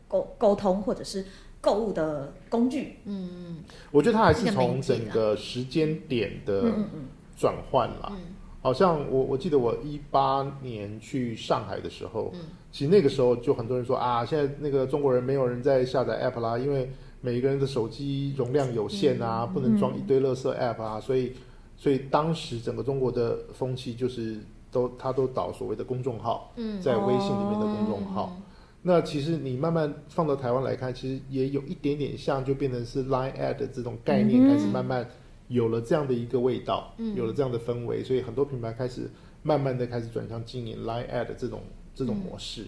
Speaker 3: 沟沟通或者是购物的工具。
Speaker 1: 嗯
Speaker 4: 我觉得它还是
Speaker 1: 一个啊媒
Speaker 4: 从
Speaker 1: 体
Speaker 4: 整
Speaker 1: 啦
Speaker 4: 个时间点
Speaker 3: 嗯
Speaker 4: 的
Speaker 3: 嗯嗯，
Speaker 4: 转换啦。
Speaker 1: 嗯
Speaker 4: 好像我我记得我一八年去上海的时候，
Speaker 1: 嗯
Speaker 4: 其实那个时候就很多人说啊，现在那个中国人没有人在下载 app 啦，因为每一个人的手机容量有限
Speaker 1: 嗯
Speaker 4: 啊，不能装一堆垃圾 app 啊，所以所以当时整个中国的风气就是都他都导所谓的公众号，
Speaker 1: 嗯
Speaker 4: 在微信里面的公众号。那其实你慢慢放到台湾来看，其实也有一点点像，就变成是 Line Ad 的这种概
Speaker 1: 嗯
Speaker 4: 念开始慢慢有了这样的一个味道，有了这样的氛围，所以很多品牌开始慢慢的开始转向经营 Line Ad 这种这
Speaker 1: 嗯
Speaker 4: 种模式。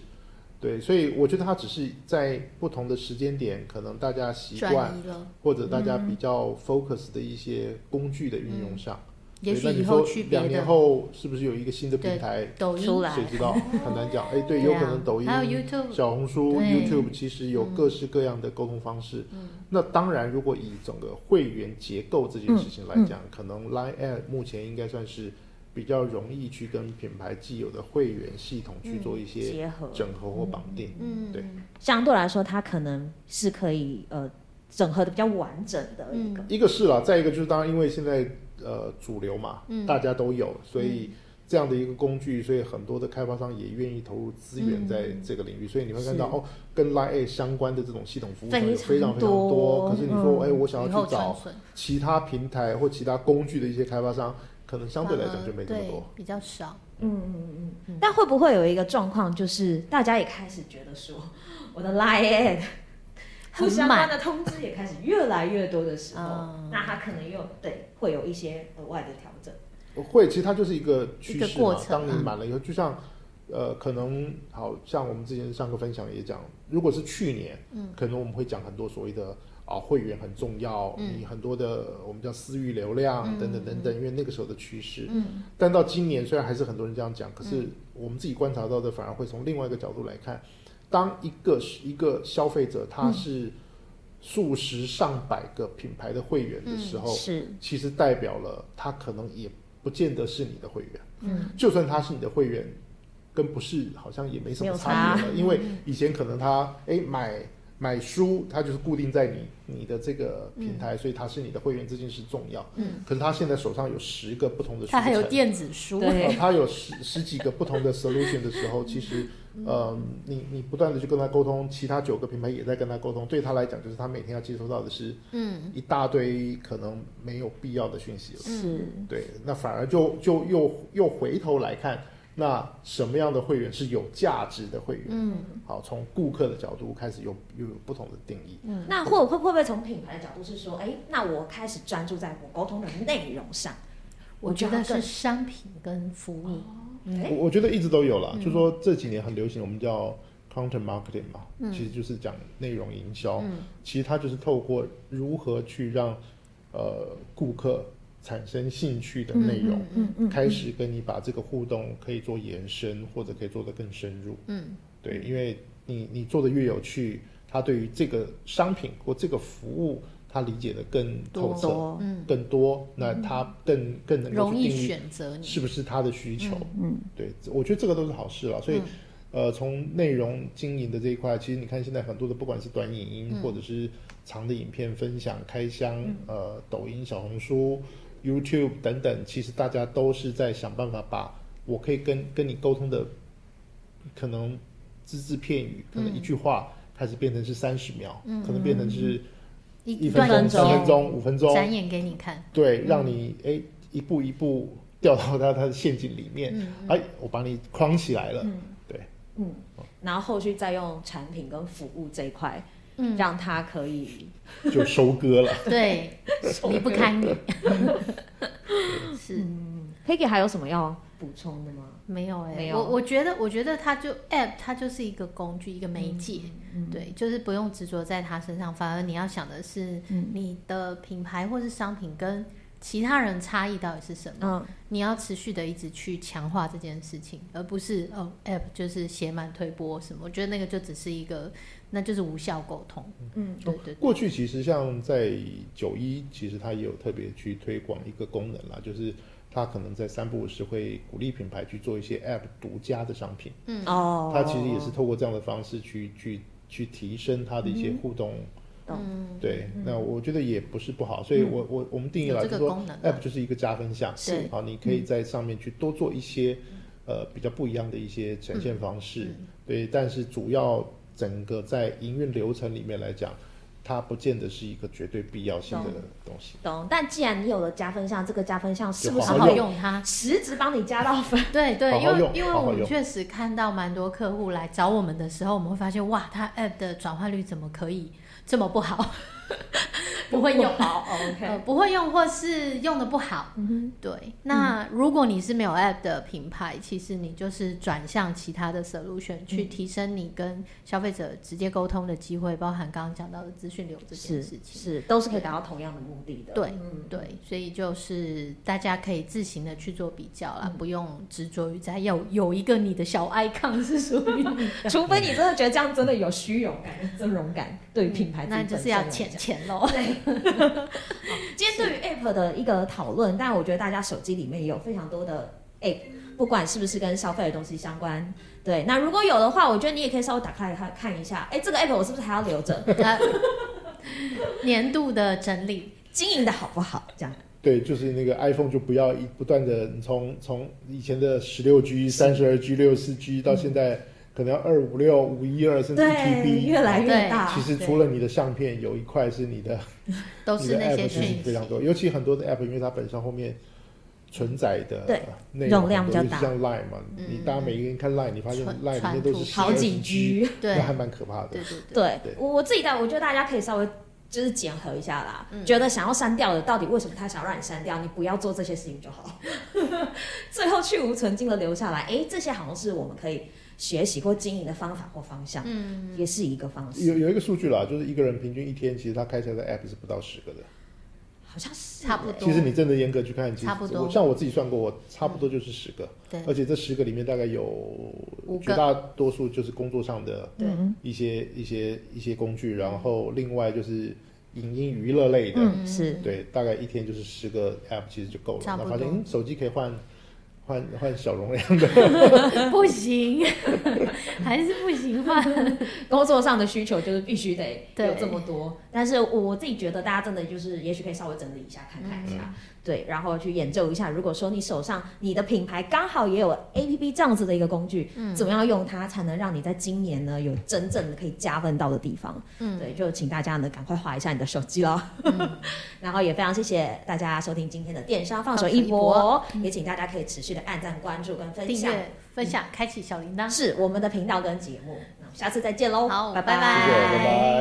Speaker 4: 对，所以我觉得它只是在不同的时间点，可能大家习惯
Speaker 1: 转移嗯了，
Speaker 4: 或者大家比较 focus 的一些工具的运用上。
Speaker 1: 嗯也许
Speaker 4: 对那
Speaker 1: 以
Speaker 4: 你
Speaker 1: 后
Speaker 4: 说
Speaker 1: 去别
Speaker 4: 两年
Speaker 1: 的
Speaker 4: 后是不是有一个新的平台？
Speaker 1: 抖音
Speaker 3: 出来
Speaker 4: 谁知道？很难讲。哎，对，有
Speaker 1: 啊
Speaker 4: 可能抖音、
Speaker 1: 还有 YouTube，
Speaker 4: 小红书、
Speaker 1: 对嗯
Speaker 4: YouTube 其实有各式各样的沟通方式。那当然，如果以整个会员结构这件事情来
Speaker 1: 嗯
Speaker 4: 讲，可能 Line App 目前应该算是比较容易去跟品牌既有的会员系统去做一些
Speaker 3: 结合
Speaker 4: 整合或绑定。
Speaker 1: 嗯，
Speaker 4: 对
Speaker 3: 相对来说，它可能是可以呃整合的比较完整的一
Speaker 1: 嗯
Speaker 3: 个。嗯
Speaker 4: 一个是啦，再一个就是当然，因为现在呃主流嘛，
Speaker 1: 嗯
Speaker 4: 大家都有，所以这样的一个工具，所以很多的开发商也愿意投入资源在这个领域，所以你会看到哦，跟 Line A 相关的这种系统服务商有非常
Speaker 3: 非常
Speaker 4: 非常
Speaker 3: 多
Speaker 4: 多。可是你说，哎，我想
Speaker 1: 嗯以
Speaker 4: 要
Speaker 1: 后
Speaker 4: 去
Speaker 1: 传
Speaker 4: 找
Speaker 1: 损
Speaker 4: 其他平台或其他工具的一些开发商，可能相对来
Speaker 1: 反
Speaker 4: 讲
Speaker 1: 而
Speaker 4: 就没这么
Speaker 1: 对
Speaker 4: 多。
Speaker 1: 比较少。
Speaker 3: 嗯
Speaker 1: 嗯
Speaker 3: 但会不会有一个状况，就是大家也开始觉得说，我的 Line Ad
Speaker 1: 很
Speaker 3: 不相关的通知也开始越来越多的时候，
Speaker 4: 哦
Speaker 1: 嗯
Speaker 3: 那它可能又对会有一些额外的调整。
Speaker 4: 会，其实它就是一个趋
Speaker 1: 一
Speaker 4: 势
Speaker 1: 个过
Speaker 4: 嘛。
Speaker 1: 程
Speaker 4: 当你满了以后，就像呃，可能好像我们之前上课分享也讲，如果是去年，嗯，可能我们会讲很多所谓的啊会员很重要，
Speaker 1: 嗯
Speaker 4: 你很多的我们叫私域流量、等等等等，因为那个时候的趋势。嗯，但到今年虽然还是很多人这样讲，可是我们自己观察到的反而会从另外一个角度来看，当一个一个消费者
Speaker 1: 嗯
Speaker 4: 他是数十上百个品牌的会员的时候，
Speaker 3: 是，
Speaker 4: 其实代表了他可能也不见得是你的会员。
Speaker 3: 嗯，
Speaker 4: 就算他是你的会员，跟不是好像也没什
Speaker 3: 没
Speaker 4: 么
Speaker 3: 有
Speaker 4: 差别了，因为以前可能他哎买买书，他就是固定在你你的这个平台，所以他是你的会员这件事重要。嗯，可是他现在手上有十个不同的书
Speaker 1: 它还有
Speaker 4: 城
Speaker 1: 电子书，
Speaker 3: 对
Speaker 4: 呃，他有十十几个不同的 solution 的时候，其实，呃，你你不断的去跟他沟通，其他九个品牌也在跟他沟通，对他来讲，就是他每天要接收到的是，嗯，一大堆可能没有必要的讯息了。
Speaker 3: 是，
Speaker 4: 对，那反而就就又又回头来看，那什么样的会员是有价值的会员？嗯，好，从顾客的角度开始有又有不同的定义。
Speaker 3: 那或会会不会从品牌的角度是说，哎，那我开始专注在我沟通的内容上，
Speaker 1: 我觉
Speaker 3: 就
Speaker 1: 得嗯
Speaker 3: 要更
Speaker 1: 是商品跟服务，
Speaker 3: 哎嗯
Speaker 4: 我我觉得一直都有啦，就说这几年很流行，我们叫 content marketing 嘛，
Speaker 3: 嗯
Speaker 4: 其实就是讲内容营销。其实它就是透过如何去让呃顾客产生兴趣的内容，
Speaker 3: 嗯嗯
Speaker 4: 开始跟你把这个互动可以做延伸，或者可以做得更深入。
Speaker 1: 嗯，
Speaker 4: 对，因为你你做的越有趣，他对于这个商品或这个服务，他理解的更透彻。
Speaker 3: 多，
Speaker 4: 更多，那他更更能
Speaker 1: 嗯
Speaker 4: 够
Speaker 1: 容
Speaker 4: 去
Speaker 1: 易
Speaker 4: 定义
Speaker 1: 选择你。
Speaker 4: 是不是他的需求？嗯，对，我觉得这个都是好事了。所以，呃，从内容经营的这一块，其实你看现在很多的，不管是短影音、或者是长的影片分享、开箱，呃，抖音、小红书、YouTube 等等，其实大家都是在想办法把我可以跟跟你沟通的，可能只字片语，可能一句话。开始变成是三十秒，可能变成是嗯一分
Speaker 1: 段
Speaker 4: 钟、
Speaker 1: 影
Speaker 4: 三分
Speaker 1: 片
Speaker 4: 钟、五分钟，
Speaker 1: 展演给你看，
Speaker 4: 对，让你
Speaker 3: 嗯
Speaker 4: 哎一步一步掉到他他的陷阱里面，哎，我把你框起来了，对，
Speaker 3: 嗯，
Speaker 4: 哦
Speaker 3: 然后后续再用产品跟服务这一块，
Speaker 1: 嗯，
Speaker 3: 让它可以
Speaker 4: 就收割了。 <laughs>
Speaker 1: 对，离不开你，<laughs>
Speaker 4: 嗯
Speaker 1: 是。
Speaker 3: 嗯 Peggy 还有什么要补充的吗？
Speaker 1: 没有哎、
Speaker 3: 没有
Speaker 1: 我我觉得，我觉得它就 app，它就是一个工具，一个媒介，
Speaker 3: 嗯
Speaker 1: 对，就是不用执着在它身上，反而你要想的是
Speaker 3: 嗯
Speaker 1: 你的品牌或是商品跟其他人差异到底是什么，
Speaker 3: 嗯，
Speaker 1: 你要持续的一直去强化这件事情，而不是哦 app 就是写满推播什么，我觉得那个就只是一个，那就是无效沟通，
Speaker 3: 嗯，
Speaker 1: 对对
Speaker 4: 过去其实像在九一，其实它也有特别去推广一个功能啦，就是它可能在三不五时会鼓励品牌去做一些 App 独家的商品，
Speaker 3: 哦，
Speaker 4: 它其实也是透过这样的方式去去去提升它的一
Speaker 3: 嗯
Speaker 4: 些互动。
Speaker 1: 嗯
Speaker 4: 对，那我觉得也不是不好，所以
Speaker 3: 嗯
Speaker 4: 我我我们定义
Speaker 1: 有
Speaker 4: 来
Speaker 1: 这
Speaker 4: 就
Speaker 1: 个
Speaker 4: 说
Speaker 1: 功
Speaker 3: 啊
Speaker 1: 能
Speaker 4: App 就是一个加分项，
Speaker 1: 是
Speaker 4: 好，你可
Speaker 3: 嗯
Speaker 4: 以在上面去多做一些、呃比较不一样的一些呈
Speaker 3: 嗯
Speaker 4: 现方式，对，但是主要整个在营运流程里面来讲，它不见得是一个绝对必要性的东西。
Speaker 3: 懂。但既然你有了加分项，这个加分项是不是啊
Speaker 1: 好
Speaker 4: 好
Speaker 1: 好
Speaker 4: 用
Speaker 1: 用它。
Speaker 3: 实质帮你加到分？ <laughs>
Speaker 1: 对对，
Speaker 4: 好
Speaker 1: 因
Speaker 4: 好
Speaker 1: 为
Speaker 4: 用
Speaker 1: 因为
Speaker 4: 好好
Speaker 1: 我们
Speaker 4: 用
Speaker 1: 确实看到蛮多客户来找我们的时候，我们会发现哇，他 app 的转化率怎么可以这么不好？ <laughs> 不会用，
Speaker 3: 好
Speaker 1: 呃，
Speaker 3: <laughs> 哦，OK。
Speaker 1: 不会用或是用的不好。
Speaker 3: 嗯哼，嗯
Speaker 1: 对，那如果你是没有 app 的品牌，其实你就是转向其他的 solution 去
Speaker 3: 嗯
Speaker 1: 提升你跟消费者直接沟通的机会，包含刚刚讲到的资讯流这件
Speaker 3: 是
Speaker 1: 事情。
Speaker 3: 是，都是可以达到同样的目的的。
Speaker 1: 对
Speaker 3: 嗯，
Speaker 1: 对，所以就是大家可以自行的去做比较啦，
Speaker 3: 嗯
Speaker 1: 不用执着于在有有一个你的小 icon 是属于你的，
Speaker 3: 除非你真的觉得这样真的有虚荣感、有尊荣感， <laughs> 对于品牌自己
Speaker 1: 那就
Speaker 3: 本
Speaker 1: 是
Speaker 3: 身
Speaker 1: 要
Speaker 3: 来
Speaker 1: 浅
Speaker 3: 讲
Speaker 1: 浅喽。
Speaker 3: 今天对于 App 的一个讨论，但我觉得大家手机里面也有非常多的 App，不管是不是跟消费的东西相关。对，那如果有的话，我觉得你也可以稍微打开来看看一下，哎，这个 App 我是不是还要留
Speaker 4: <laughs>
Speaker 3: 着？
Speaker 1: 那年度的整理，
Speaker 3: 经营的好不好？这样
Speaker 4: 对，就是那个 iPhone 就不要一不断的从从以前的十六 G、三十二 G、六四 G 到现在可能二五六、五一二甚至
Speaker 3: 嗯对，
Speaker 4: 1 TB。
Speaker 3: 越来越大。
Speaker 4: 其实除了你的相片，有一块是你的
Speaker 1: 都
Speaker 4: 你
Speaker 1: 是
Speaker 4: 的
Speaker 1: 那
Speaker 4: app
Speaker 1: 些
Speaker 4: 其实
Speaker 1: 讯
Speaker 4: 非常
Speaker 1: 息。
Speaker 4: 多，尤其很多的 app，因为它本身后面存载的
Speaker 3: 对
Speaker 4: 内
Speaker 3: 容量比较大
Speaker 4: 尤其像 line 嘛，你大家每个人看 line，你发现
Speaker 1: 嗯传
Speaker 4: line 里面都是
Speaker 1: 传图
Speaker 3: 好几
Speaker 4: G，
Speaker 3: G，
Speaker 1: 对
Speaker 4: 那还蛮可怕的。
Speaker 1: 对对对，
Speaker 3: 对
Speaker 4: 对
Speaker 3: 我我自己在，我觉得大家可以稍微就是检核一下啦，觉得想要删掉的，到底为什么他想要让你删掉？你不要做这些事情就好。 <laughs> 最后去无存菁的留下来，诶，这些好像是我们可以学习或经营的方法或方向，嗯，也是一个方式，
Speaker 4: 有有一个数据啦，就是一个人平均一天，其实他开起来的 app 是不到十个的。
Speaker 3: 好像是
Speaker 1: 差不
Speaker 3: 欸
Speaker 1: 多
Speaker 4: 其实你真的严格去看，其实
Speaker 1: 差不多嗯
Speaker 4: 我像我自己算过，我差不多就是十个， <laughs>
Speaker 1: 对
Speaker 4: 而且这十个里面大概有
Speaker 1: 五个
Speaker 4: 绝大多数就是工作上的
Speaker 1: 对嗯
Speaker 4: 一些一些一些工具，然后另外就是影音娱乐类的，
Speaker 3: 嗯，是
Speaker 4: 对，大概一天就是十个 app 其实就够了。
Speaker 1: 差
Speaker 4: 那
Speaker 1: 不多
Speaker 4: 发现嗯手机可以换换换小容量的，
Speaker 1: 不行， <laughs> 还是不行换。
Speaker 3: 工作上的需求就是必须得
Speaker 1: 对
Speaker 3: 有这么多。但是我自己觉得，大家真的就是也许可以稍微整理一下，看看一下，对，然后去研究一下。如果说你手上你的品牌刚好也有 APP 这样子的一个工具，怎么样用它才能让你在今年呢有真正的可以加分到的地方？
Speaker 1: 嗯
Speaker 3: 对，就请大家呢赶快划一下你的手机喽。 <laughs> 然后也非常谢谢大家收听今天的电商放手一搏，也请大家可以持续的按赞、关注跟分
Speaker 1: 订
Speaker 3: 享。
Speaker 1: 阅、分享、开启小铃铛。
Speaker 3: 是我们的频道跟节目，那我们下次再见喽，
Speaker 1: 好
Speaker 3: 拜
Speaker 1: 拜拜
Speaker 4: 谢谢，拜拜。